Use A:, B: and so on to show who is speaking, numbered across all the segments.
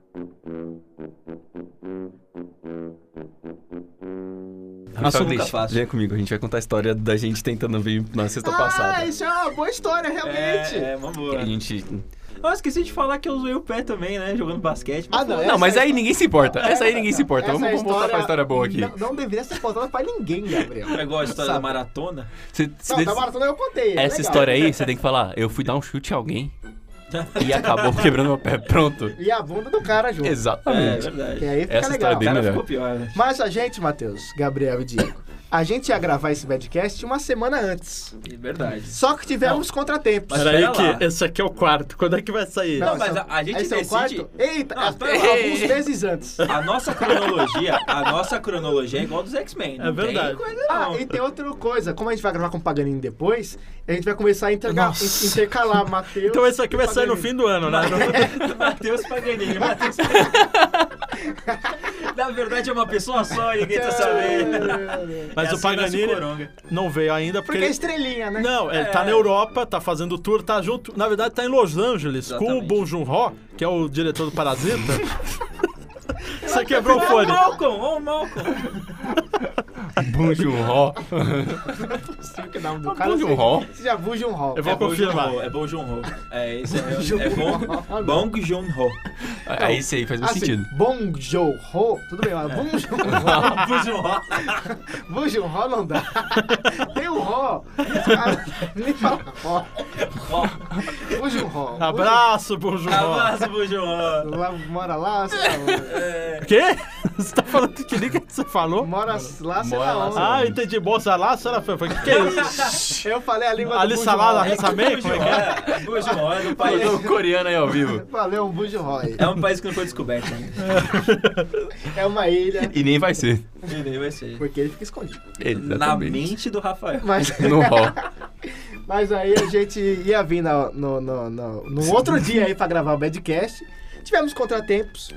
A: Tá
B: Ah,
C: Assunto
A: Gleice,
C: fácil.
A: Vem comigo, a gente vai contar a história da gente tentando vir na sexta
C: Ah,
A: passada.
C: isso é uma boa história, realmente.
B: É, é uma boa.
A: A gente.
B: Eu esqueci de falar que eu zoei o pé também, né? Jogando basquete.
C: Ah, não,
B: foda-se.
C: Essa
A: Não, mas
C: é-
A: aí ninguém se importa. Essa aí ninguém se importa.
C: Essa
A: Vamos, vamos voltar pra história boa aqui.
C: Não, não deveria ser contada pra ninguém, Gabriel.
B: É igual a história da
C: Sabe?
B: maratona.
A: Você- você-
C: Não, da maratona eu contei. é
A: essa
C: legal.
A: história aí, você tem que falar. Eu fui dar um chute em alguém e acabou quebrando meu pé. Pronto.
C: E a bunda do cara junto.
B: É, é
A: Exatamente.
B: verdade.
C: Que aí fica
A: Essa história
C: legal.
A: é
B: O
A: bem
B: cara
A: melhor.
B: ficou pior, né?
C: Mas a gente, Matheus, Gabriel e Diego, a gente ia gravar esse podcast uma semana antes.
B: É verdade.
C: Só que tivemos contratempos.
B: Mas
D: Peraí
B: pera lá.
D: que esse aqui é o quarto. Quando é que vai sair?
B: Não,
C: esse
B: mas
C: é o-
B: a- a gente
C: esse é o
B: decide-
C: quarto? Eita,
B: Não,
C: é-
B: pera lá.
C: alguns meses antes.
B: A nossa cronologia, a nossa cronologia é igual a dos X-Men. não
D: É
B: Tem
D: verdade.
B: coisa
C: Ah,
B: não.
C: e tem outra coisa. Como a gente vai gravar com o Paganini depois, a gente vai começar a interga-
D: Nossa.
C: intercalar Matheus.
D: Então esse aqui vai sair no
C: Paganini.
D: fim do ano, né?
B: Matheus Paganini, Matheus Paganini. Na verdade é uma pessoa só, ninguém tá sabendo.
D: Mas
B: É
D: o
B: assim nasce
D: Paganini
B: coronga.
D: não veio ainda porque.
C: Porque é
D: ele-
C: estrelinha, né?
D: Não, ele tá na Europa, tá fazendo tour, tá junto. Na verdade, tá em Los Angeles com o
B: Exatamente.
D: Bong Joon-ho, que é o diretor do Parasita. Você quebrou o
B: Ó o
D: fone.
B: Malcolm, ó o Malcolm.
A: Bonjour.
C: É.
A: ó.
C: Sim, que dá um do cara.
A: Bonjour. ó.
C: Você já viu John Hall.
D: Eu vou
B: Bong
D: confirmar.
B: Joon-ho, É Bong Joon-ho. É, esse é, é
C: Joon-ho.
B: Bong, Bong Joon-ho.
A: É esse aí, faz muito
C: Assim,
A: sentido.
C: Bong Joon-ho, tudo bem,
D: É.
C: mas Bong Joon-ho,
B: Bong Joon-ho.
C: Bong Joon-ho não dá. Tem o Ho. Nem fala Ho. Bong Joon-ho.
D: Abraço, Bong Joon-ho.
B: Abraço, Bong Joon-ho.
C: Lá, mora lá, sei lá onde.
B: É,
D: Quê? Você tá falando que língua que você falou?
C: Mora lá, sei
A: Mora
C: lá
A: lá,
C: onde.
A: sei lá.
D: Ah, entendi. Bolsa lá, será? Foi, foi. Que que é isso?
C: Eu falei a língua do
D: Ali
C: Bong
D: Salada,
C: Joon-ho.
D: Rita Samei? Como é que é?
B: Bong Joon-ho, Bong Joon-ho é do país.
A: Falou um coreano aí ao vivo.
C: Valeu, um Bong Joon-ho aí.
B: É um país que não foi descoberto né? ainda.
C: É uma ilha,
A: E nem vai ser.
B: E daí vai ser.
C: porque ele fica escondido.
B: Na
A: Exatamente.
B: mente do Rafael.
C: Mas,
A: No hall.
C: mas aí a gente ia vir na- no, no, no, no outro dia aí pra gravar o podcast. Tivemos contratempos.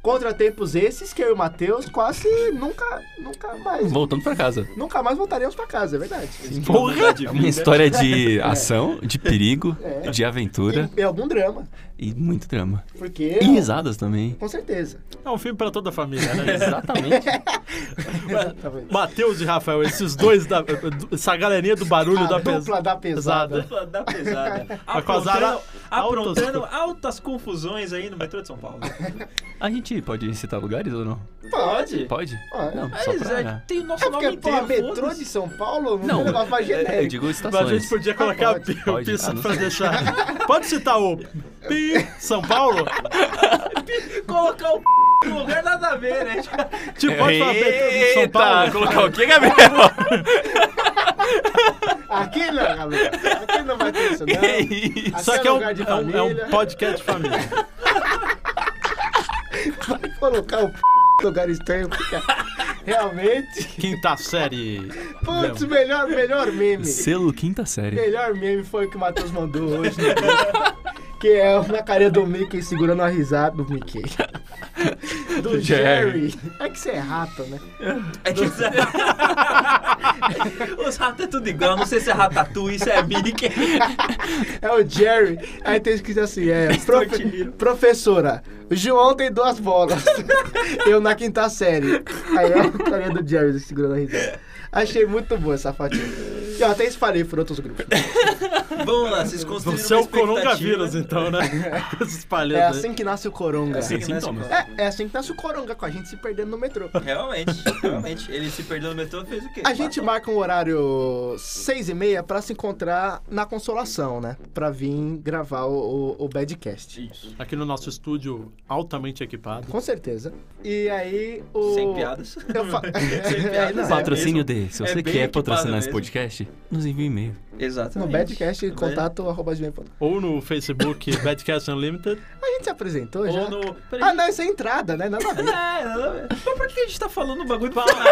C: Contratempos esses que eu e o Matheus quase nunca, nunca mais.
A: Voltando pra casa.
C: Nunca mais voltaremos pra casa, é verdade.
D: Porra!
B: De vida.
A: É uma história de ação, de perigo,
C: É.
A: de aventura
C: E, e algum drama.
A: e muito drama.
C: Porque.
A: E risadas também.
C: Com certeza.
D: É um filme pra toda a família, né?
A: Exatamente.
C: Exatamente.
D: Matheus e Rafael, esses dois da. Essa galerinha do barulho
C: A
D: da
C: dupla
D: pesada.
C: da pesada.
B: Dupla da pesada.
D: Vai causar
B: Aprontando,
D: altos-
B: aprontando altas confusões aí no metrô de São Paulo.
A: A gente pode citar lugares ou não?
C: Pode.
A: Pode?
C: Pode.
A: Não,
B: Mas
A: só
B: é,
A: pra... né?
B: tem o nosso
C: É
B: nome
C: porque, pô,
B: inteiro.
C: metrô
B: foda-se.
C: de São Paulo não, é
A: Não,
C: um negócio mais
A: eu
C: genérico.
A: digo
D: Mas a
A: estações.
D: gente podia colocar
C: pode,
D: o
A: pode.
D: piso
A: Ah, não
D: pra
A: sei.
D: deixar. Pode citar o Pi São Paulo?
B: Colocar o p no lugar nada a ver, né?
D: Tipo, pode falar Pedro de São
A: Eita,
D: Paulo? né?
A: colocar o quê, Gabriel?
C: Aqui não, galera. Aqui não vai ter isso, não.
A: Que
C: Aqui
D: É Isso aqui é um,
C: lugar de
D: é um- é um
C: família.
D: podcast de família.
C: Colocar o p no lugar estranho fica. Realmente.
D: Quinta série.
C: Putz,
D: Não.
C: melhor, melhor meme.
A: Selo quinta série.
C: Melhor meme foi o que o Matheus mandou hoje. no grupo, que é uma carinha do Mickey segurando a risada do Mickey. Do Jerry.
A: Jerry.
C: É que você é rato, né?
B: É que isso é- Os ratos é tudo igual, não sei se é Ratatouille, isso é Mickey.
C: É o Jerry. Aí tem escrito assim, é... Profe
B: Estortilheiro.
C: professora, o João tem duas bolas. Eu na quinta série. Aí é a carinha do Jerry segurando a risada. Achei muito boa essa fatia. E eu até espalhei por outros grupos.
B: Vamos lá, vocês construíram
D: Você é
B: uma
D: o coronavírus,
B: expectativa.
D: então, né? Com esses palhetos
C: É
D: aí.
C: assim que nasce o coronga.
B: Assim que nasce
A: Sintomas.
B: o
C: É, é assim que nasce o coronga, com a gente se perdendo no metrô.
B: Realmente, realmente. Ele se perdeu no metrô, fez o quê?
C: A gente marca um horário seis e meia pra se encontrar na Consolação, né? Pra vir gravar o, o, o Badcast.
B: Isso.
D: Aqui no nosso estúdio altamente equipado.
C: Com certeza. E aí o...
B: Sem piadas.
C: Eu fa-
B: Sem
C: É,
B: piadas.
C: não, é
A: Patrocínio
B: mesmo.
A: D. Se
B: É
A: você
B: bem
A: quer
B: equipado
A: patrocinar esse
B: mesmo.
A: podcast, nos envie um e-mail.
C: No
B: Exatamente. É. Né?
C: Badcast,
B: Bad-
C: contato arroba gmail.com.
D: Ou no Facebook Badcast Unlimited.
C: A gente se apresentou já?
B: Ou no... Peraí,
C: Ah, não, isso é entrada, né? Nada a ver.
B: É, não, mas por que a gente tá falando um bagulho pra lá?
D: Porque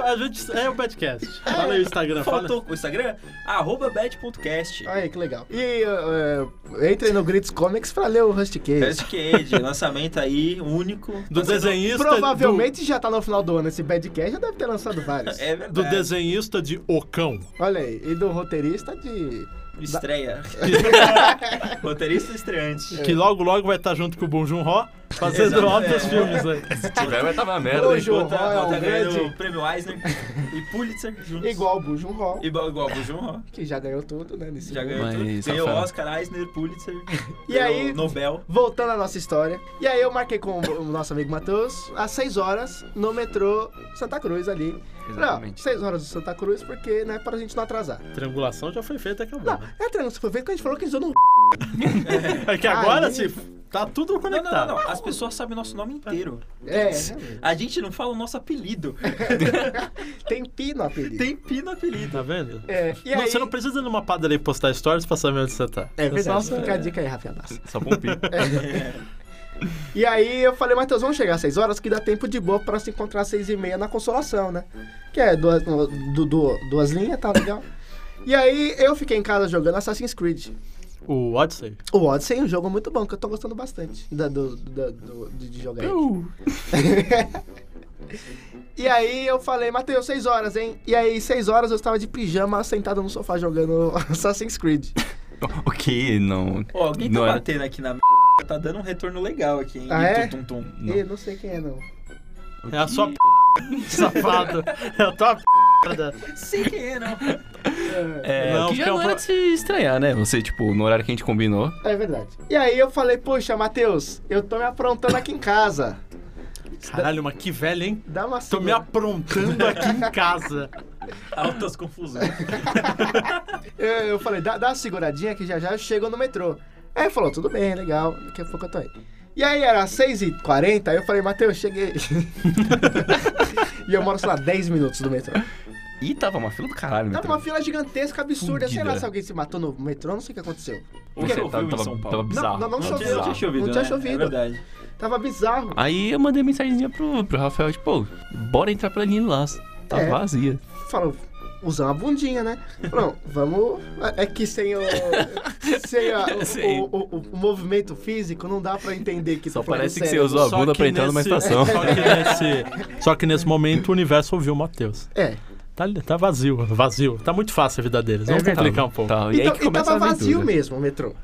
D: a gente. É o Badcast. Fala aí o Instagram, fala.
B: Faltou o Instagram? Arroba bad.cast.
C: Olha aí, que legal. E eh, entrem no Grits Comics pra ler o Rust
B: É
C: Case.
B: Cascade, lançamento aí, único.
D: Do desenhista.
C: Provavelmente já tá no final do ano esse Badcast, já deve ter lançado vários.
B: É
D: Do, do
B: verdade.
D: desenhista de Ocão.
C: Olha aí, e do roteirista de
B: Estreia. Roteirista estreante.
D: Que logo, logo vai estar junto com o Bom Joon Ho, fazendo altos
B: Exatamente.
D: filmes aí.
B: É,
A: Se tiver, vai tava uma merda,
C: Ô,
A: hein?
C: João,
B: Tá,
C: é
B: tá
C: um
B: ganhando
C: grande.
B: o prêmio Eisner e Pulitzer juntos.
C: Igual o Bujo Hall,
B: Igual, igual pro João, ó.
C: que já ganhou tudo, né? Nesse
B: Já
C: mundo.
B: ganhou
A: Mas,
B: tudo. Ganhou
A: Rafael.
B: Oscar, Eisner, Pulitzer.
C: E
B: ganhou
C: aí-
B: Nobel.
C: Voltando à nossa história. E aí eu marquei com o nosso amigo Matheus às 6 horas no metrô Santa Cruz ali. Não,
A: Exatamente.
C: 6 horas do Santa Cruz, porque, né, pra gente não atrasar.
D: É. Triangulação já foi feita, acabou. né?
C: Não, é tranquilo, você foi ver que a gente falou que isso não.
D: É que agora,
C: Aí-
D: se tá tudo
B: Não, não, não,
D: conectado.
B: não. As pessoas sabem o nosso nome inteiro.
C: É,
B: A gente não fala o nosso apelido.
C: tem pino apelido.
B: Tem pino apelido.
D: Tá vendo?
C: É, e
D: Não,
C: aí...
D: Você não precisa ir numa padaria e postar stories pra saber onde você tá.
C: É verdade,
D: só-
C: fica a dica aí, Rafael Bastos.
A: Só põe um pi.
C: E aí eu falei, Matheus, vamos chegar às 6 horas que dá tempo de boa pra se encontrar às 6 e meia na consolação, né? Que é duas, du- du- duas linhas, tá legal? E aí eu fiquei em casa jogando Assassin's Creed.
D: O Odyssey.
C: O Odyssey é um jogo muito bom, que eu tô gostando bastante da- do- da- do- de, de jogar. ele. e aí eu falei, Matheus, 6 horas, hein? E aí, 6 horas eu estava de pijama sentado no sofá jogando Assassin's Creed.
A: O que? Não.
B: Ó, alguém tá
A: Não é? era.
B: batendo aqui na m... Tá dando um retorno legal aqui, hein?
C: Ah, é?
B: Tum, tum, tum.
A: Não.
C: E não sei quem é, não.
D: É a sua p... safada. É a tua p... da-
B: Sei quem é, não.
A: É,
D: Não,
A: o que já
D: porque é um
A: não era
D: pro-
A: de se estranhar, né? Você, tipo, no horário que a gente combinou.
C: É verdade. E aí eu falei, puxa, Matheus, eu tô me aprontando aqui em casa.
D: Caralho, mas que velha, hein?
C: Dá uma
D: Tô me
C: surra.
D: aprontando aqui em casa.
B: Altas confusões.
C: Eu, eu falei, dá, dá uma seguradinha que já já eu chego no metrô. Aí ele falou, tudo bem, legal, daqui a pouco eu tô aí. E aí era 6h40, aí eu falei, Matheus, cheguei. e eu moro, sei lá, 10 minutos do metrô.
A: Ih, tava uma fila do caralho, meu
C: Tava uma fila gigantesca, absurda. Sei lá
A: Fudida.
C: se alguém se matou no metrô, não sei o que aconteceu.
B: Ou
A: Você
B: choveu
A: tava,
B: em
A: tá- tava,
B: São Paulo.
A: tava bizarro.
C: não, não
B: Não
C: choveu.
B: tinha, não tinha chovido,
C: Não tinha
B: né?
C: chovido.
B: É verdade.
C: Tava bizarro.
A: Aí eu mandei mensagenzinha pro, pro Rafael, tipo, "Ô, bora entrar pra linha de laço. Tá
C: É.
A: vazia.
C: Falou, usar uma bundinha, né? Falou, vamos. É que sem o. Sem, a- o-
A: Sim.
C: o, o- o movimento físico, não dá pra entender que
A: Só
C: tá falando
A: parece que você
C: sério.
A: usou a
D: Só
A: bunda
D: que
A: pra entrar numa
D: nesse-
A: estação.
D: Só que nesse, só que nesse momento o universo ouviu o Matheus.
C: É.
D: Tá, tá vazio, vazio. Tá muito fácil a vida deles. Vamos
C: É verdade.
D: complicar um pouco.
A: Tá, e aí
C: Então,
A: que
C: e
A: começa
C: tava
A: a
C: vazio
A: aventura.
C: mesmo o metrô.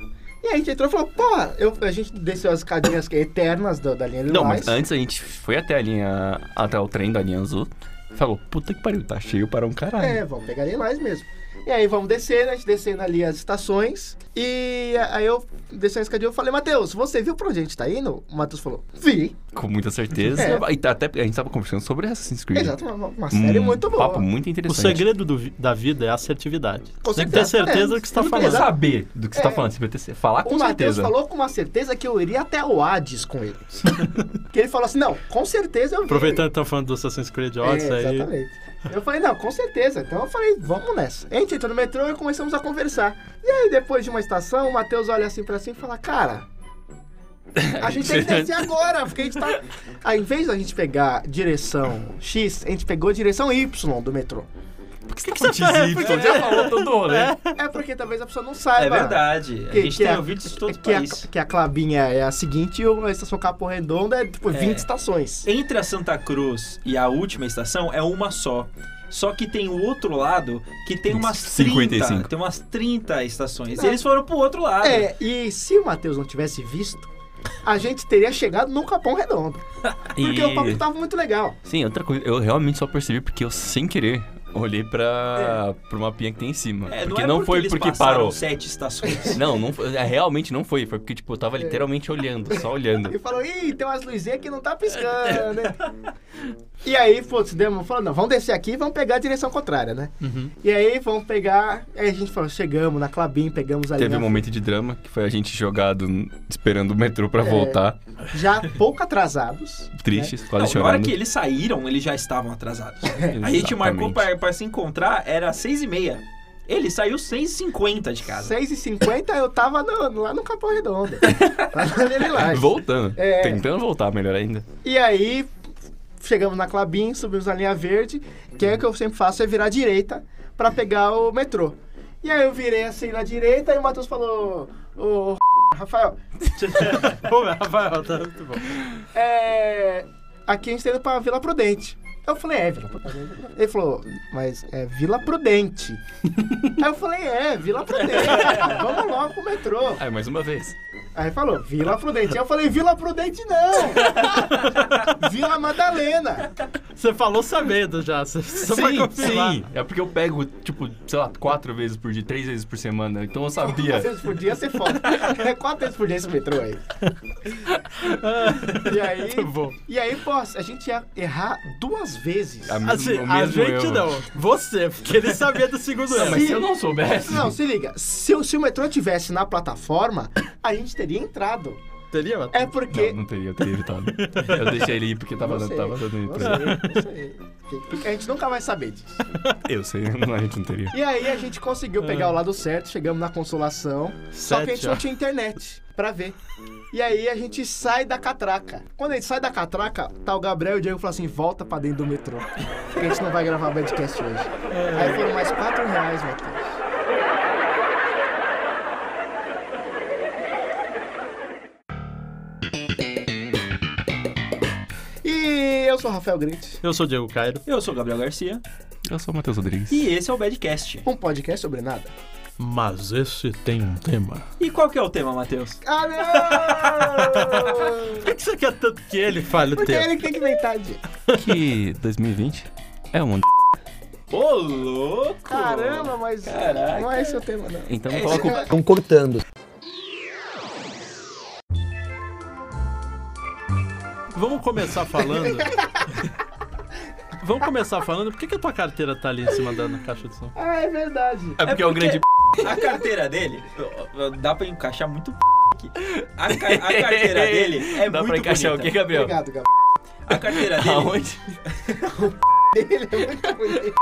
C: E aí a gente entrou e falou, porra, eu, a gente desceu as cadeiras que é eternas da, da linha de
A: Não,
C: Lilás.
A: mas antes a gente foi até a linha. até o trem da linha azul. Falou, puta que pariu, tá cheio para um caralho.
C: É, vamos pegar Lilás mesmo. E aí vamos descendo, a gente descendo ali as estações. E aí eu desci a escadinha e falei, Matheus, você viu pra onde a gente tá indo? O Matheus falou, vi.
A: Com muita certeza.
C: É.
A: E tá- até a gente tava conversando sobre Assassin's Creed.
C: Exato, uma, uma série
A: Um
C: muito boa.
A: Papo muito
D: O
A: interessante.
D: segredo do vi- da vida é a assertividade.
C: Com
D: Tem que ter
C: certeza.
D: certeza
C: É,
D: do que você tá
C: não
D: falando.
A: Você
C: precisa-
A: saber do que você tá
C: É.
A: falando, você vai ter cer- falar com
C: O Matheus
A: certeza.
C: falou com uma certeza que eu iria até o Hades com ele. que ele falou assim, não, com certeza eu vi.
D: Aproveitando que estão falando do Assassin's Creed Odyssey
C: É,
D: aí.
C: exatamente. Eu falei, não, com certeza. Então eu falei, vamos nessa. A gente entrou no metrô e começamos a conversar. E aí, depois de uma estação, o Matheus olha assim pra cima e fala, cara. A gente tem que descer agora, porque a gente tá. Ao invés da gente pegar direção X, a gente pegou direção Y do metrô.
A: Por que, que você fala
D: Y?
A: Porque já falou todo hora, né?
C: É porque talvez a pessoa não saiba.
B: É verdade. a
C: Que-
B: gente
C: que é
B: tem
C: a-
B: ouvido isso em todo o
C: que a,
B: país.
C: que a Clabinha é a seguinte e a estação Capão Redondo é tipo 20 estações.
B: Entre a Santa Cruz e a última estação é uma só. Só que tem o outro lado que tem umas
A: 55.
B: 30. Tem umas 30 estações. E eles foram pro outro lado.
C: É, e se o Matheus não tivesse visto, a gente teria chegado no Capão Redondo. Porque o papo tava muito legal.
A: Sim, outra coisa, eu realmente só percebi porque eu, sem querer, olhei pra, pro mapinha que tem em cima.
B: É,
A: porque
B: é
A: não, foi
B: eles
A: porque
B: passaram
A: parou.
B: sete estações.
A: Não, não foi, é, realmente não foi. Foi porque, tipo, eu tava
B: É.
A: literalmente olhando, só olhando.
C: E falou, ih, tem umas luzinhas que não tá piscando, né? e aí, putz, demo falou, não, vamos descer aqui e vamos pegar a direção contrária, né? E aí, vamos pegar... Aí a gente falou, chegamos na Clabim, pegamos ali,
A: Teve um momento de drama que foi a gente jogado n- esperando o metrô
B: É.
A: pra voltar,
C: já pouco atrasados.
A: tristes,
B: Não,
A: quase
B: na hora
A: chorando.
B: que eles saíram, eles já estavam atrasados. A gente marcou pra, pra se encontrar, era 6 e meia. Ele saiu 6h50 de casa.
C: 6h50, eu tava no- lá no Capão Redondo. lá na Lilás.
A: Voltando,
C: É.
A: tentando voltar, melhor ainda.
C: E aí, chegamos na Clabin, subimos na linha verde, que é o que eu sempre faço, é virar à direita pra pegar o metrô. E aí eu virei assim na direita e o Matheus falou, ô, Rafael,
D: Pô, Rafael, tá muito bom.
C: é... Aqui a gente tá indo pra Vila Prudente. Eu falei, é, Vila Prudente. Ele falou, mas é Vila Prudente. Aí eu falei, é, Vila Prudente. Vamos logo pro metrô.
A: Aí, mais uma vez.
C: Aí falou, Vila Prudente. Eu falei, Vila Prudente não! Vila Madalena!
D: Você falou sabendo já. Você só pra
A: Sim,
D: confirmar.
A: sim. É porque eu pego, tipo, sei lá, quatro vezes por dia, três vezes por semana. Então eu sabia.
C: Quatro vezes por dia você foda. É quatro vezes por dia esse metrô aí. E aí,
D: Tá bom.
C: e aí, pô, a gente ia errar duas vezes.
A: A mesma-
D: Assim,
A: o
D: a
A: mesmo
D: gente
A: erro.
D: não. Você, porque ele sabia do segundo
A: Não,
D: ano.
A: mas se eu não soubesse.
C: Não, se liga, se, o- se o metrô tivesse na plataforma, a gente teria entrado.
D: Teria, Matheus?
C: É porque.
A: Não, não teria, eu teria evitado. Eu deixei ele ir porque tava,
C: Não sei,
A: tava dando
C: não
A: entrada.
C: sei, não sei. A gente nunca vai saber disso.
A: Eu sei, não, a gente não teria.
C: E aí a gente conseguiu pegar o lado certo, chegamos na consolação. Só que a gente
D: Sete,
C: não
D: ó.
C: tinha internet pra ver. E aí a gente sai da catraca. Quando a gente sai da catraca, tá o Gabriel e o Diego falam assim: volta pra dentro do metrô. Porque a gente não vai gravar podcast hoje. Aí foram mais 4 reais, Matheus. E eu sou o Rafael Grint,
D: Eu sou o Diego Cairo.
B: Eu sou o Gabriel Garcia
A: Eu sou o Matheus Rodrigues.
B: e esse é o Badcast.
C: um podcast sobre nada.
D: Mas esse tem um tema.
B: E qual que é o tema, Matheus?
C: Ah, não!
D: Por que que você quer tanto que ele fale o
C: Porque é
D: tema?
C: ele que tem que inventar, Diego.
A: Que 2020 é um ano.
B: Ô, louco!
C: Caramba, mas
B: Caraca.
C: não é esse o tema, não.
A: Então
B: É,
A: coloca o-
E: Estão cortando.
D: Vamos começar falando. Vamos começar falando. Por que, que a tua carteira tá ali em cima da na caixa de som?
C: Ah, é verdade.
A: É porque é um
B: porque-
A: grande.
B: A carteira dele, ó, ó, dá pra encaixar muito p aqui. A, ca- a carteira dele é
A: Dá
B: muito
A: pra encaixar
B: bonita.
A: o quê, Gabriel?
C: Obrigado, Gabriel.
B: A carteira dele,
A: Aonde?
C: Ele é muito bonito.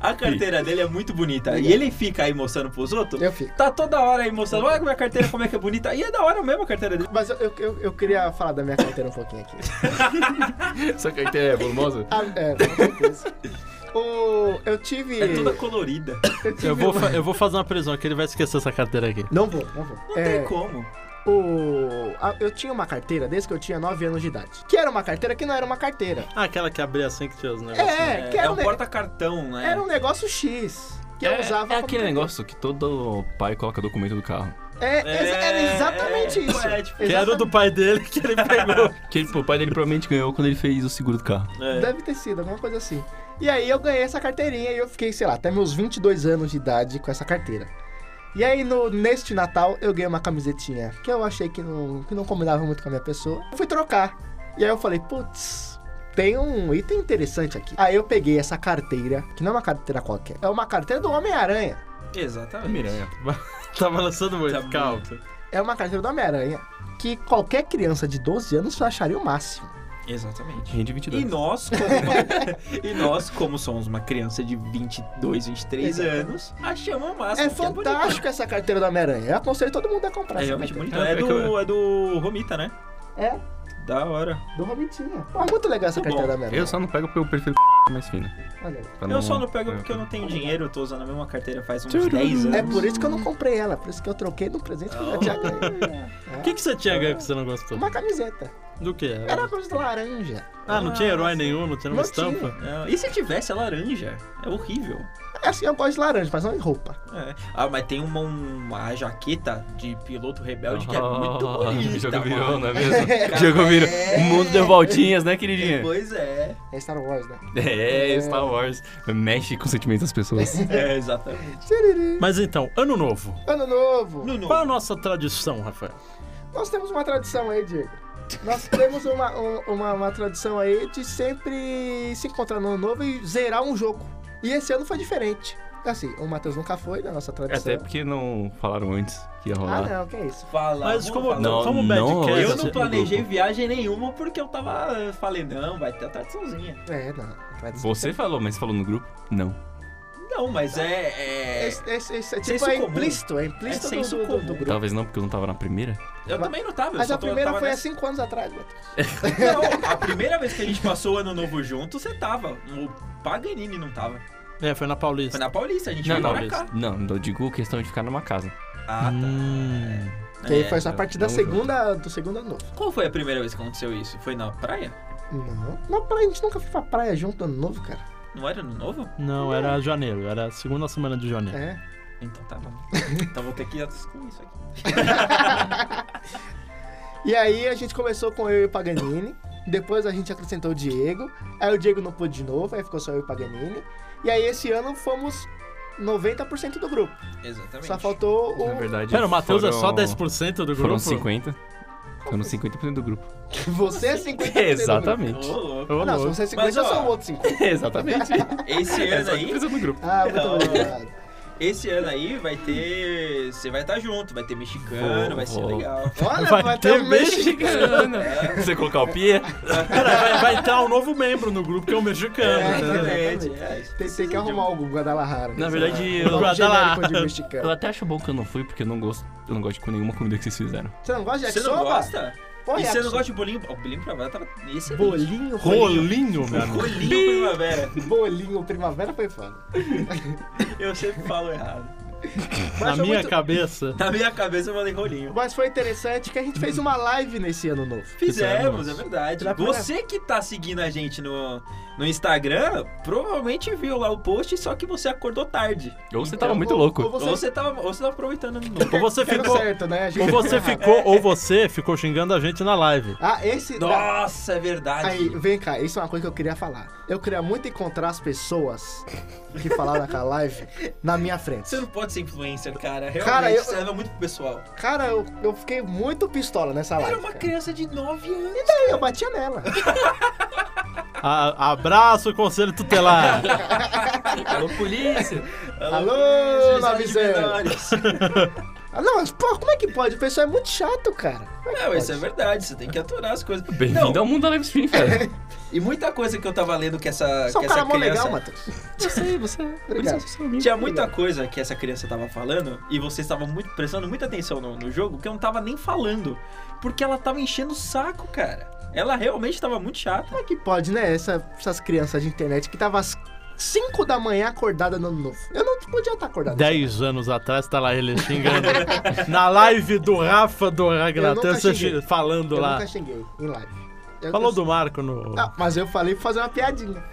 B: a carteira dele é muito bonita. E ele fica aí mostrando pros outros.
C: Eu fico.
B: Tá toda hora aí mostrando, olha minha carteira como é que é bonita. E é da hora mesmo a carteira dele.
C: Mas eu, eu, eu, eu queria falar da minha carteira um pouquinho aqui.
A: Só que a ideia é volumosa?
C: Ah, é, com certeza. O, eu tive.
B: É toda colorida.
C: eu tive
D: Eu vou, fa- eu vou fazer uma prisão que ele vai esquecer essa carteira aqui.
C: Não vou, não vou.
B: Não
C: é,
B: tem como.
C: o, a- eu tinha uma carteira desde que eu tinha 9 anos de idade. Que era uma carteira que não era uma carteira.
D: Ah, aquela que abria assim que tinha os negócios.
C: É, que
B: É,
C: era,
B: é um
C: ne-
B: porta-cartão, né?
C: era um negócio X. Que eu
A: é,
C: usava.
A: é
C: como
A: aquele
C: carteira.
A: negócio que todo pai coloca documento do carro.
C: É, exa- era exatamente
B: é,
C: isso.
B: é, tipo,
D: Que era o do pai dele que ele pegou.
A: Que ele, pô, o pai dele provavelmente ganhou quando ele fez o seguro do carro.
D: É.
C: Deve ter sido, alguma coisa assim. E aí eu ganhei essa carteirinha e eu fiquei, sei lá, até meus 22 anos de idade com essa carteira. E aí, no, neste Natal, eu ganhei uma camisetinha que eu achei que não, que não combinava muito com a minha pessoa. Eu fui trocar. E aí eu falei, putz, tem um item interessante aqui. Aí eu peguei essa carteira, que não é uma carteira qualquer, é uma carteira do Homem-Aranha.
B: Exatamente.
A: Miranha.
D: Tá balançando muito,
B: Tá
D: calma.
C: É uma carteira do Homem-Aranha que qualquer criança de 12 anos acharia o máximo.
B: Exatamente.
A: Rende 22.
B: E nós, como, e nós, como somos uma criança de 22, 23
C: Exato.
B: anos, achamos o máximo.
C: É
B: que bonito.
C: fantástico essa carteira do Homem-Aranha. Eu aconselho todo mundo a comprar
B: É
C: essa
B: realmente
C: carteira.
B: bonito. É
A: É, é que-
B: do, é do Romita, né?
C: É.
B: Da hora.
C: Do Robitinho. Pô, é muito legal essa
B: Muito
C: carteira
B: bom.
C: da Mera.
A: Eu só não pego porque eu prefiro mais fina.
C: Olha aí.
A: pra
B: Eu só não pego porque eu não tenho dinheiro, eu tô usando a mesma carteira faz uns 10 anos.
C: É por isso que eu não comprei ela, por isso que eu troquei no presente que eu já tinha ganho.
D: O que, que você tinha ganho que você não gostou?
C: Tá Uma camiseta.
D: Do que era?
C: Era uma coisa de laranja.
D: Ah, não tinha herói nenhum, não tinha uma
C: Não tinha.
D: estampa?
B: Não, Ah, E se tivesse a laranja? É horrível.
C: É assim, eu gosto de laranja, mas não em roupa.
B: É. Ah, mas tem uma, uma jaqueta de piloto rebelde que é muito
A: Oh,
B: bonita.
A: O jogo
B: mano.
A: virou, não é mesmo?
C: É.
A: O jogo virou. O mundo deu voltinhas, né, queridinha?
B: Pois é.
C: É Star Wars, né?
A: É, Star Wars. Mexe com os sentimentos das pessoas.
B: É, exatamente.
C: Tiriri.
D: Mas então, ano novo.
C: Ano novo.
B: No, no.
D: Qual a nossa tradição, Rafael?
C: Nós temos uma tradição aí, Diego. Nós temos uma, um- uma, uma tradição aí de sempre se encontrar no ano novo e zerar um jogo. E esse ano foi diferente. Assim, o Matheus nunca foi da nossa tradição.
A: Até porque não falaram antes que ia
C: Ah,
A: rolar.
C: não, que é isso.
B: Fala,
D: Mas
B: vamos
D: como,
B: falar.
A: Não,
D: como
A: não,
D: Badcast-
B: Eu não
A: Esse-
B: planejei
A: grupo.
B: viagem nenhuma porque eu tava. eu Falei, não, vai ter a tradiçãozinha.
C: É, não. Tradição.
A: Você falou, mas falou no grupo? Não.
B: Não, mas é. é-
C: Esse, esse, esse, tipo,
B: Senso
C: é
B: comum.
C: implícito, é implícito
B: É
C: do,
B: senso
C: do- do-
B: comum.
C: do grupo.
A: Talvez não, porque eu não tava na primeira.
B: Eu também não tava. eu
C: Mas
B: só
C: a
B: tô-
C: primeira
B: tava
C: foi assim há
B: nessa-
C: 5 anos atrás, né? Matheus.
B: Não, a primeira vez que a gente passou o ano novo junto, você tava. O Paganini não tava.
D: É, foi na
B: Foi
D: Paulista.
B: na Paulista, a gente
A: Não,
B: veio
A: não,
B: pra cá.
A: não, eu digo questão de ficar numa casa.
B: Ah, É.
D: Hum.
C: Que aí foi só a
A: não,
C: partir da
A: não
C: segunda, do segundo ano novo.
B: Qual foi a primeira vez que aconteceu isso? Foi na praia?
C: Não, não, pra- a gente nunca foi pra praia junto ano novo, cara.
B: Não era ano novo?
D: Não, era janeiro, era a segunda semana de janeiro.
C: É.
B: Então tá bom. Então vou ter que excluir isso aqui.
C: E aí a gente começou com eu e o Paganini. Depois a gente acrescentou o Diego. Aí o Diego não pôde de novo, aí ficou só eu e o Paganini. E aí esse ano fomos 90% do grupo.
B: Exatamente.
C: Só faltou um
A: Na
C: o.
A: verdade,
D: Pera, o Matheus é só
A: foram-
D: 10% do grupo?
A: Foram 50. Foram 50% do grupo.
C: Você é 50%.
A: Exatamente.
B: Ô, louco.
D: Ô,
C: Do grupo. Não, se
D: louco.
C: você é 50%,
B: Mas,
C: eu sou
B: ó,
C: o outro 50%.
A: Exatamente.
B: Esse
A: É
B: ano
A: só
B: aí,
A: 50% do grupo.
C: Ah, muito
B: Não.
C: obrigado.
B: esse ano aí vai ter. Você vai estar junto, vai ter mexicano,
A: Vou,
B: vai ser
A: vou.
B: legal.
C: Olha,
D: Vai
C: vai, ter
D: ter
C: um mexicano.
A: Você colocar o pia?
D: Cara, vai, vai entrar um novo membro no grupo que é o mexicano.
C: É,
D: entendeu?
B: Exatamente. É,
C: Tem, tem que arrumar o Guadalajara.
A: Na verdade,
C: Não,
A: eu,
C: um
D: Guadalajara.
C: genérico de
A: eu
C: mexicano.
A: até acho bom que eu não fui, porque eu não gosto, eu não gosto de comer nenhuma comida que vocês fizeram.
C: Você não gosta de
B: Você não
C: yakisoba?
B: gosta?
C: Pô,
B: E você não
C: yakisoba.
B: gosta de bolinho? O bolinho pra tava excelente.
C: é Bolinho, bolinho,
D: Rolinho, meu amigo.
B: Bolinho primavera.
C: bolinho, primavera foi foda.
B: Eu sempre falo errado.
D: Na
C: Mas foi
D: minha
C: muito-
D: cabeça.
B: Na minha cabeça eu falei rolinho.
C: Mas foi interessante que a gente fez uma live nesse ano novo.
B: Fizemos,
D: Fizemos.
B: é verdade.
C: Pela primeira-
B: Você que tá seguindo a gente no, no Instagram, provavelmente viu lá o post, só que você acordou tarde.
A: Ou você
C: Então,
A: tava muito
C: ou-
A: louco.
C: ou
B: Ou
C: Você-
B: você tava, ou você tava aproveitando no
C: Tá.
D: Ou
B: novo.
D: você
C: Era
D: ficou.
C: certo, né? A gente
D: Ou
C: fez
D: você
C: errado.
D: ficou, ou você ficou xingando a gente na live.
C: Ah, esse.
B: Nossa, é verdade.
C: Aí, vem cá, isso é uma coisa que eu queria falar. Eu queria muito encontrar as pessoas que falaram naquela live na minha frente.
B: Você não pode ser influencer, cara. Realmente,
C: Cara, eu-
B: você leva muito pro pessoal.
C: Cara, eu, eu fiquei muito pistola nessa live.
B: Era uma
C: cara.
B: criança de 9 anos.
C: Então, eu batia nela.
D: A- abraço, conselho tutelar.
A: Alô, polícia!
C: Alô,
B: polícia,
C: Navizeiro.
B: menores.
C: Ah, não, mas pô, como é que pode? O pessoal é muito chato, cara.
B: Não, isso é verdade. Você tem que aturar as coisas.
A: Bem-vindo
B: Não,
A: ao mundo da live stream, cara.
B: E muita coisa que eu tava lendo que essa,
C: Você é
B: que
C: um
B: essa
C: cara mó
B: criança...
C: legal, Matheus.
A: Você, você.
C: Obrigado.
B: Tinha muita coisa que essa criança tava falando e vocês estavam muito prestando muita atenção no, no jogo que eu não tava nem falando. Porque ela tava enchendo o saco, cara. Ela realmente tava muito chata.
C: Como é que pode, né? Essa- essas crianças de internet que tava às 5 da manhã acordada no ano novo. Eu não podia estar acordado.
D: Dez anos atrás, tá lá ele xingando. Na live do Rafa do
C: Eu nunca
D: Ragnatan, você
C: xinguei.
D: xing- falando
C: eu
D: lá.
C: nunca xinguei em live. Eu-
D: Falou
C: eu-
D: do Marco no.
C: Ah, mas eu falei pra fazer uma piadinha.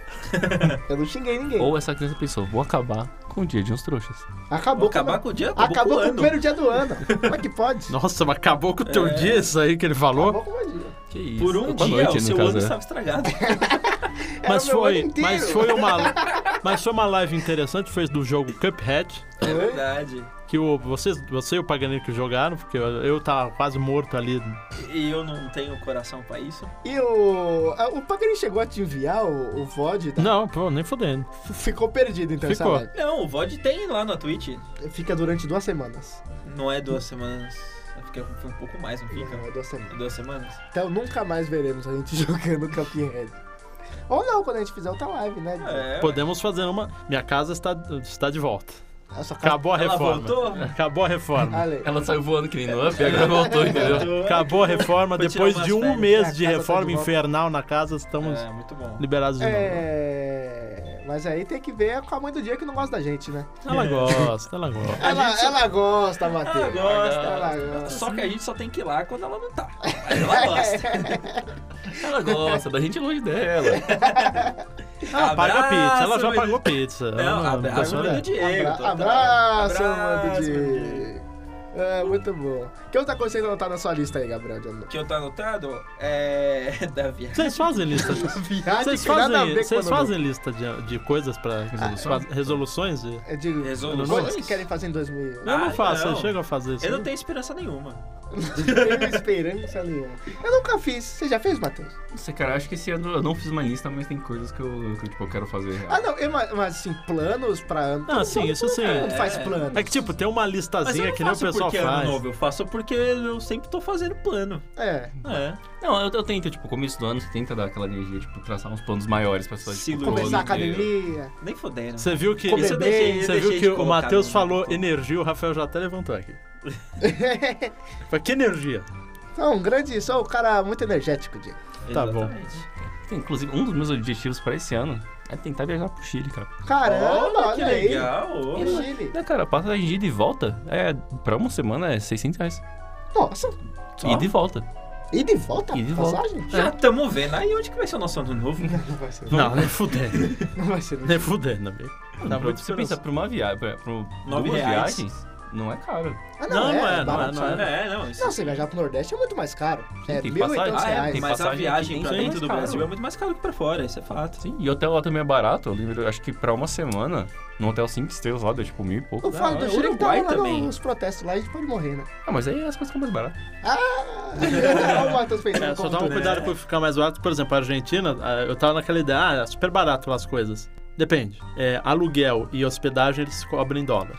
C: eu não xinguei ninguém.
A: Ou essa criança pensou, vou acabar com o dia de uns trouxas.
C: Acabou
B: Vou acabar
C: com...
B: com o dia, acabou, com
C: Acabou
B: o
C: com o
B: ano.
C: primeiro dia do ano. Como é que pode?
D: Nossa, mas acabou com o teu dia isso aí que ele falou?
C: É. Acabou com o meu dia.
A: Que isso?
B: Por um dia,
A: Boa noite,
B: o
A: no
B: seu
A: caso,
B: ano
A: né?
B: estava estragado.
C: Era
D: Mas
C: meu ano
D: foi,
C: inteiro.
D: mas foi uma mas foi uma live interessante, fez do jogo Cuphead,
B: É
C: Oi?
B: verdade.
D: que o, vocês, você e o Paganini que jogaram, porque eu, eu tava quase morto ali.
B: E eu não tenho coração pra isso.
C: E o... a- O Pagarinho chegou a te enviar o, o VOD? tá?
D: Não, pô, nem fodendo.
C: F- Ficou perdido, então,
D: Ficou.
C: essa
B: Não, o VOD tem lá na Twitch.
C: live. Fica durante duas semanas.
B: Não é duas semanas. Fica um pouco mais, não fica?
C: Não, é duas semanas.
B: É duas semanas?
C: Então nunca mais veremos a gente jogando Cuphead. Ou não, quando a gente fizer outra live, né?
B: É.
D: Podemos fazer uma. Minha casa está, está de volta.
C: A sua casa-
D: Acabou a
B: Ela
D: reforma.
B: voltou? Ah,
D: Acabou a reforma.
C: Ale,
A: Ela saiu voando que nem no up, agora voltou, entendeu?
B: é.
D: Acabou a reforma.
B: Foi tirar
D: Depois
B: umas
D: de um
B: férias.
C: A
D: mês de
C: casa tá
D: reforma
C: de volta.
D: infernal na casa, estamos
B: É, muito bom.
D: liberados de novo. né?
C: é... Mas aí tem que ver com a mãe do dia que não gosta da gente, né?
B: É.
D: Ela gosta, ela gosta.
C: Ela, ela gosta,
D: Ah,
C: Matheus.
B: Ela gosta. Tá
C: Ela gosta.
B: Só que a gente só tem que ir lá quando ela não tá. Mas ela gosta.
A: Ela gosta, da gente é longe dela.
D: Ela Ah, paga
B: Abraço,
D: pizza, ela já
B: menino.
D: pagou pizza. Ela
B: Não,
D: não- não
B: abraço,
D: gostou, né?
B: mano do Diego.
C: Abra-
B: total. Abraço,
C: abraço, mãe do
B: mano do Diego.
C: dia. É, muito bom. Que outra coisa que não tá na sua lista aí, Gabriel? de ano?
B: Que eu tô anotando é. Davi.
D: Vocês fazem lista.
C: Viagem
D: Vocês
C: que tem nada a
D: fazem,
C: ver com
D: vocês
C: ano novo.
D: fazem lista de, de coisas
B: Ah,
D: pra resoluções? resoluções de-
C: É de
B: Resoluções?
C: coisas que querem fazer em 2000.
D: Eu
B: Ah,
D: não faço,
B: não.
D: eu chego a fazer isso.
B: Eu não tenho esperança nenhuma.
C: Não tenho esperança nenhuma. Eu nunca fiz. Você já fez, Matheus?
A: Nossa, cara, eu acho que esse ano eu não fiz uma lista, mas tem coisas que eu, que, tipo, eu quero fazer. real.
C: Ah, não, eu- mas mas, assim, planos pra ano.
D: Ah, sim, isso sim.
C: Todo mundo
D: É
C: faz planos.
D: que tipo, tem uma listazinha
B: eu
D: que nem o pessoal
B: porque é
D: faz.
B: ano novo, eu faço porque eu sempre tô fazendo plano.
C: É.
B: É.
A: Não, eu, eu tento, tipo, começo do ano, você tenta dar aquela energia, tipo, traçar uns planos maiores pra pessoas,
B: Se
A: tipo,
B: iludir.
A: pro
C: Começar a
A: ano inteiro.
C: academia.
B: Nem fodendo.
D: Você viu que,
C: Comer
B: Isso eu deixei, eu
D: você
B: deixei
D: viu
B: de
D: que o
B: colocar
D: Matheus
B: no-
D: falou
B: no-
D: energia, o Rafael já até levantou aqui. Foi que energia?
C: Não, um grande, sou um cara muito energético, Diego.
D: Tá bom.
B: Exatamente.
A: Tem, Inclusive, um dos meus objetivos pra esse ano é tentar viajar pro Chile, cara.
C: Caramba,
B: Olha
C: olha,
B: que
C: aí.
B: legal.
C: Pro Chile.
A: É, cara, passa de ida e volta, é, pra uma semana é 600 reais.
C: Nossa,
B: Só?
A: Ida e volta.
C: E de volta?
A: Ida e volta.
C: passagem?
B: Já tamo vendo aí onde que vai ser o nosso ano novo.
C: Não vai ser.
D: Não, nem fudendo.
C: Não vai ser.
D: nem fudendo, velho.
A: Tá,
D: muito
A: você pensa, pra uma viagem, pra, pra
B: Nove
A: duas
B: reais.
A: viagens, não é caro.
C: Ah,
D: Não, não é, não é,
C: barato.
D: não é.
B: É, não, isso.
C: Não, você viajar pro Nordeste é muito mais caro. É
A: Tem
C: mil e
A: passagem?
C: tantos
B: Ah, é,
C: reais.
A: Tem
B: mas a
A: passagem
B: viagem
A: que
B: pra
A: tem
B: dentro do
A: mais
B: Brasil
A: caro.
B: é muito mais caro que pra fora, isso é fato.
A: Sim, e hotel lá também é barato. Eu lembro, acho que pra uma semana, no hotel 5 estrelas lá, deu tipo mil e pouco.
C: Eu falo
B: Não,
C: do
B: o
C: Yuri que tá
B: Uruguai
C: rolando
B: também.
C: os protestos lá, a gente pode morrer, né?
A: Ah, mas aí as coisas ficam mais baratas.
C: Ah, o Matheus pensando
D: É, só
C: como
D: toma
C: tu,
D: cuidado
C: né?
D: pra ficar mais barato. Por exemplo, a Argentina, ah, eu tava naquela ideia, ah, é super barato lá as coisas. Depende. É, aluguel e hospedagem eles cobrem em dólar.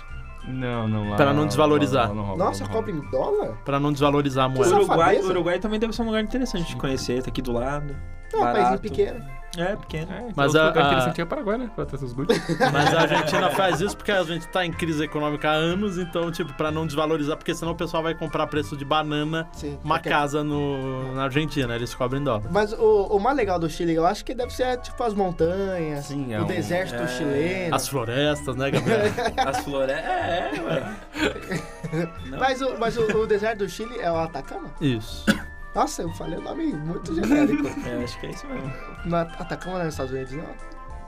A: Não, não, lá.
D: Pra não desvalorizar.
A: lá não rola,
C: Nossa,
A: não rola.
C: compra em dólar?
D: Pra não desvalorizar a
B: O
C: Safadeza.
D: moeda.
B: Uruguai, o Uruguai também deve ser um lugar interessante de conhecer, tá aqui do lado.
C: Não, um país
B: Barato.
C: pequeno.
B: É, pequeno.
A: É, então
D: Mas
A: outro
D: a-
A: lugar
D: a-
A: interessante é o Paraguai, né? Pra ter seus goods.
D: Mas a Argentina faz isso porque a gente tá em crise econômica há anos, então, tipo, pra não desvalorizar, porque senão o pessoal vai comprar preço de banana
C: Sim.
D: uma
C: qualquer-
D: casa no, na Argentina, eles cobrem em dólar.
C: Mas o, o mais legal do Chile, eu acho que deve ser tipo as montanhas,
A: Sim, é
C: o
A: um-
C: deserto
B: é.
C: chileno.
D: As florestas, né, Gabriel?
B: As florestas. É, é, ué. Não.
C: Mas, o, mas o, o deserto do Chile é o Atacama?
D: Isso.
C: Nossa, eu falei o nome muito genérico.
B: É, acho que é isso mesmo.
C: No At- Atacama não é nos Estados Unidos, não?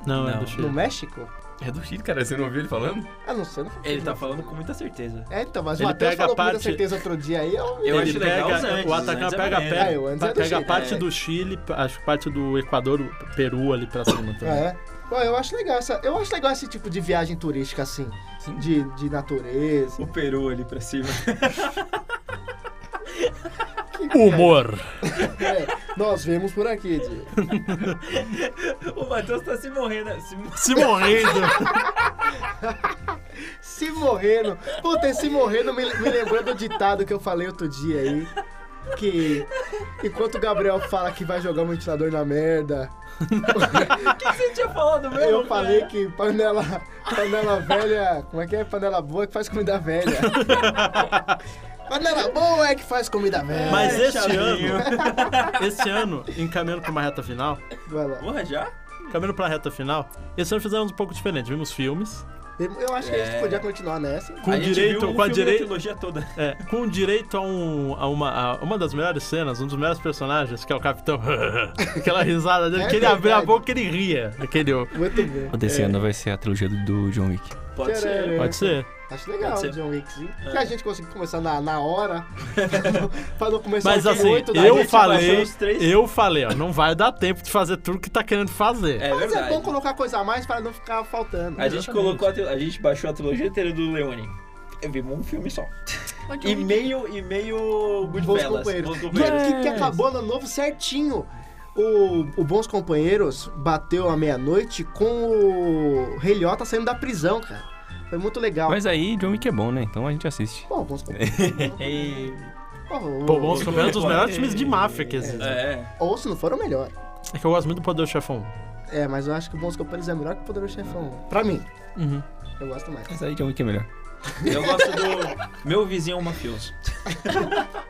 D: Não, é
B: Não.
D: do Chile.
C: No México?
A: É do Chile, cara. Você não ouviu ele falando?
C: Ah, não sei. Não
B: Ele tá falando com muita certeza.
C: É, então, mas o
D: Ele
C: Matheus
D: pega
C: falou
D: a
C: com muita
D: parte-
C: certeza outro dia aí. Eu...
B: Eu
D: ele
B: acho
D: pega,
B: legal os Andes,
D: o
B: os
D: Atacama
B: Andes é
D: pega,
B: maneiro.
D: pega,
C: É, o Andes é do
D: pega a
C: Chile,
D: parte
B: é.
D: do Chile, acho que parte do Equador, Peru ali pra cima também.
C: É. Pô, eu acho legal essa. Eu acho legal esse tipo de viagem turística, assim.
A: Sim.
C: De, de natureza.
B: O Peru ali pra cima.
D: Humor.
C: É, nós vemos por aqui, Di.
B: O Matheus tá se morrendo. Se...
D: Se morrendo.
C: Se morrendo. Puta, esse morrendo me, me lembrou do ditado que eu falei outro dia aí. Que enquanto o Gabriel fala que vai jogar um ventilador na merda,
B: Você tinha falado mesmo? né?
C: eu falei
B: cara?
C: que panela, panela velha. Como é que é? Panela boa é que faz comida velha. Panela boa é que faz comida velha.
D: Mas
B: É,
D: este
B: chavinho.
D: ano, este ano, encaminhando pra uma reta final,
C: Vai lá.
B: Porra, já?
D: encaminhando pra reta final, esse ano fizemos um pouco diferente. Vimos filmes,
C: Eu acho que a gente
B: É.
C: podia continuar nessa.
D: com
B: a gente viu
D: direito,
B: o
D: com a
B: filme da
D: direita.
B: trilogia toda.
D: É, com direito a, um- a uma, a uma das melhores cenas, um dos melhores personagens, que é o Capitão. Aquela risada dele,
C: É
D: que ele abriu a
C: verdade.
D: boca e ele ria. Aquele.
C: Muito bem.
A: Desse ano vai ser a trilogia do, do John Wick.
B: Pode ser.
C: Tcharam.
D: Pode ser.
C: Acho legal
B: Pode
C: o
B: ser.
C: John Wickzinho.
B: É.
C: Que a gente conseguiu começar na, na hora. pra não começar
D: Mas
C: às
D: assim,
C: oito da
D: eu
C: noite.
B: baixou
D: falei.
B: os três.
D: Eu falei, ó, não vai dar tempo de fazer tudo que tá querendo fazer.
B: É
C: Mas é
B: verdade.
C: bom colocar coisa a mais pra não ficar faltando.
B: A gente
D: Exatamente.
B: colocou, a, tri- a gente baixou a trilogia inteira do Leone. Eu vi um filme só. E meio, e meio
C: Bons
B: Goodfellas.
C: companheiros.
B: Então, Bons
C: E
B: companheiros.
C: aqui que acabou no novo certinho. O, o Bons Companheiros bateu à meia-noite com o Rei Liotta saindo da prisão, cara. Foi muito legal.
A: Mas aí John Wick é bom, né? Então a gente assiste.
C: Pô, Bons Companheiros.
D: É.
B: E-
C: Pô, ou-
D: Pô, bons companheiros, um dos melhores filmes de máfia que existem.
B: É.
C: Ou se não for, o melhor.
D: É que eu gosto muito do Poder Chefão.
C: É, mas eu acho que o Bons Companheiros é melhor que o Poderoso Chefão. Pra mim,
D: Uhum.
C: eu gosto mais.
A: Mas aí John Wick é melhor.
B: Eu gosto do meu vizinho é um mafioso.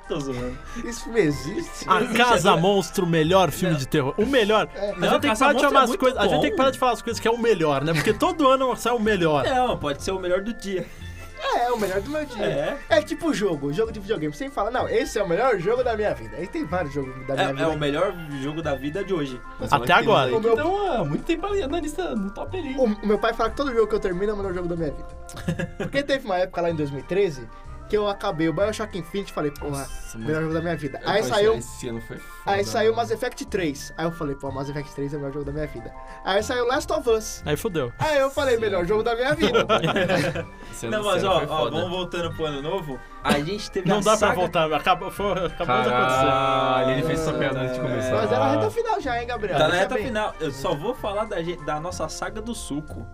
B: Tô zoando.
C: Isso não existe?
B: Ah.
D: A Casa Monstro, o melhor filme de terror. O melhor. a, gente tem que
B: Casa
D: parar de
B: Monstro
D: chamar
B: é
D: as
B: muito
D: coisas, a gente tem que
B: bom. É.
D: parar de falar as coisas que é o melhor, né? Porque todo ano sai o melhor.
B: Não, pode ser o melhor do dia.
C: É, o melhor do meu dia.
B: É.
C: É, tipo jogo, jogo de videogame. Você fala, não, esse é o melhor jogo da minha vida. Aí tem vários jogos da
B: É,
C: minha vida.
B: é o melhor jogo da vida de hoje.
D: Até agora.
C: O meu-
A: Então, há muito tempo ali na lista, no top ali.
C: O o meu pai fala que todo jogo que eu termino é o melhor jogo da minha vida. Porque teve uma época lá em 2013 que eu acabei o Bioshock Infinite e falei, porra, melhor jogo da minha vida. Aí saiu,
A: Esse ano foi foda. né?
C: aí saiu Mass Effect 3. Aí eu falei, pô, Mass Effect 3 é o melhor jogo da minha vida. Aí saiu Last of Us.
D: Aí fudeu.
C: Aí eu falei, melhor jogo da minha vida.
A: Esse ano-
B: Não, mas
A: esse ano
B: ó,
A: é foi
B: ó,
A: foda.
B: vamos voltando pro ano novo. A gente teve
D: Não
B: a
D: dá pra
B: saga...
D: voltar, acabou, foi, acabou de
A: Caralho,
D: acontecer.
A: ele fez essa piada antes de começar.
C: Mas era a reta final já, hein, Gabriel?
B: Tá na
C: Deixa
B: reta
C: bem.
B: final. Eu só vou falar da, gente- da nossa saga do suco.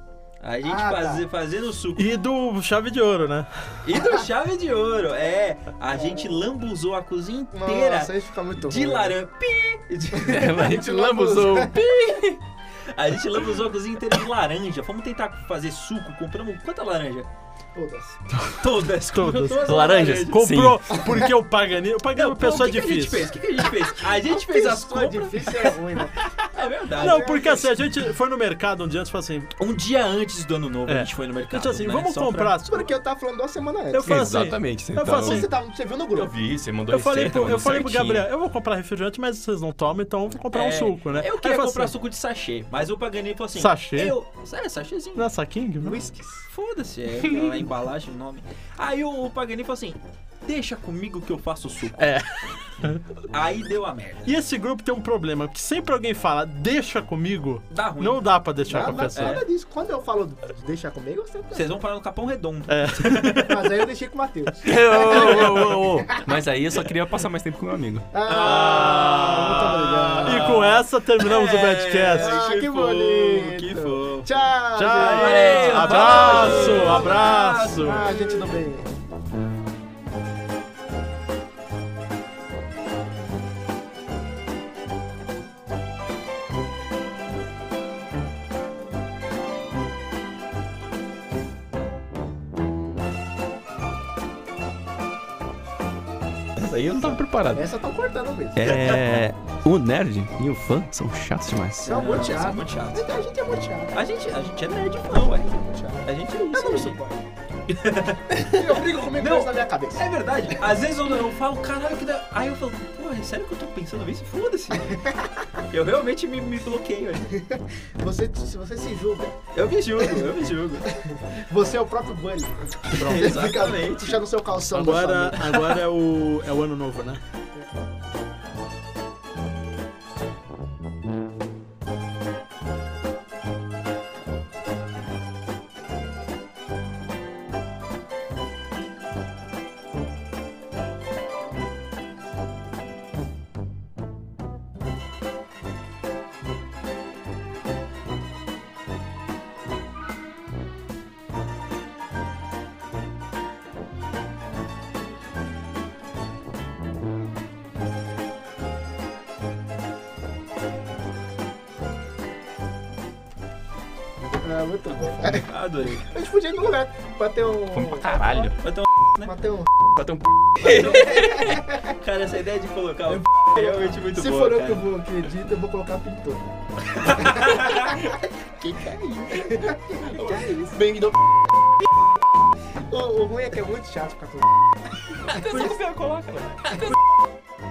B: A gente
C: Ah, tá.
B: faze- fazendo suco.
D: E do Chave de Ouro, né?
B: E do chave de ouro. É, a gente lambuzou a cozinha inteira
C: Nossa, isso fica muito
B: de
C: ruim.
B: laranja. Pi! De-
A: A gente lambuzou.
B: A gente lambuzou a cozinha inteira de laranja. Fomos tentar fazer suco. Compramos quanta laranja?
C: Todas.
B: Todas. compramos
D: Todas.
B: as
A: Laranjas.
B: laranjas.
D: Comprou porque o Paganini. O Paganini é
B: Não,
D: uma
B: pô,
D: pessoa
B: o que que a gente
D: difícil.
B: fez? O que, que a gente fez? A gente fez as
C: Pessoa
B: compras.
C: é difícil é ruim, né?
B: É verdade.
D: Não, porque assim, a gente foi no mercado um dia antes e falou assim,
B: Um dia antes do ano novo,
D: É.
B: a gente foi no mercado.
D: gente, assim
B: né?
D: vamos
B: Só
D: comprar. as
C: Porque eu tava falando duas semanas antes.
D: Eu falei assim,
A: Exatamente. Você
D: eu falo assim,
C: você, tava, você viu no
A: Eu
C: grupo.
A: vi, você mandou
D: Eu falei,
A: receita,
D: pro, eu
A: mandou
D: falei pro
A: certinho.
D: Gabriel, eu vou comprar refrigerante, mas vocês não tomam, então eu vou comprar um
B: É,
D: suco, né?
B: Eu
D: Aí
B: queria
D: falou
B: comprar
D: assim,
B: suco de sachê, mas o Paganini falou assim...
D: Sachê?
B: Eu, é, sachêzinho.
D: Não é saquinho?
B: Um
D: que-
B: Foda-se, é a embalagem, o nome. Aí o, o Paganini falou assim... Deixa comigo que eu faço o suco.
D: É.
B: Aí deu a merda.
D: E esse grupo tem um problema, porque sempre alguém fala, deixa comigo,
B: Dá Tá ruim.
D: não dá pra deixar
C: Nada,
D: com a pessoa.
C: nada disso. Quando eu falo deixar comigo, você tá.
B: Vocês vão parar no Capão Redondo.
D: É.
C: Mas aí eu deixei com o Matheus.
A: Ô, ô, ô, ô, ô. Mas aí eu só queria passar mais tempo com meu amigo.
C: Ah, muito
D: E
C: obrigado.
D: com essa terminamos
B: É,
D: o Badcast.
C: Ah, que
B: fofo,
C: bonito.
B: Que fofo.
C: Tchau.
D: Tchau,
C: gente.
D: abraço,
B: valeu.
D: abraço.
C: Ah, gente do bem.
A: Essa aí eu não tava preparado.
C: Essa tá cortando mesmo.
A: É. O nerd e o fã são chatos demais.
C: São muito
B: São
C: chato.
B: muito chato.
C: A gente é muito chato.
B: A gente, a gente é nerd, não, ué.
C: Muito chato.
B: A gente é isso.
C: Eu não me suporto. Eu brigo comigo
B: Não.
C: mesmo na minha cabeça.
B: É verdade. Às vezes eu, eu falo, caralho, que da... Aí eu falo, porra, é sério que eu tô pensando nisso? Foda-se. eu realmente me, me bloqueio. aí.
C: Você, se você se julga,
B: Eu me julgo, eu me julgo.
C: você é o próprio bully.
B: Exatamente.
C: Puxando seu calção. da sua
D: Agora,
C: amiga.
D: agora é, o, é o ano novo, né?
C: É, muito bom.
B: Adorei.
C: A gente podia ir no lugar, bater um...
A: Fomos pra caralho.
B: Então,
C: Bater um...
A: Bateu um p.
B: cara, essa ideia de colocar o é realmente muito
C: Se
B: boa,
C: for eu que
B: cara.
C: eu vou que edito, eu vou colocar pintor. que que é isso? que que é isso? Bem-vindo ao... O, o ruim é que é muito chato ficar com...
B: Por isso que eu coloco, mano.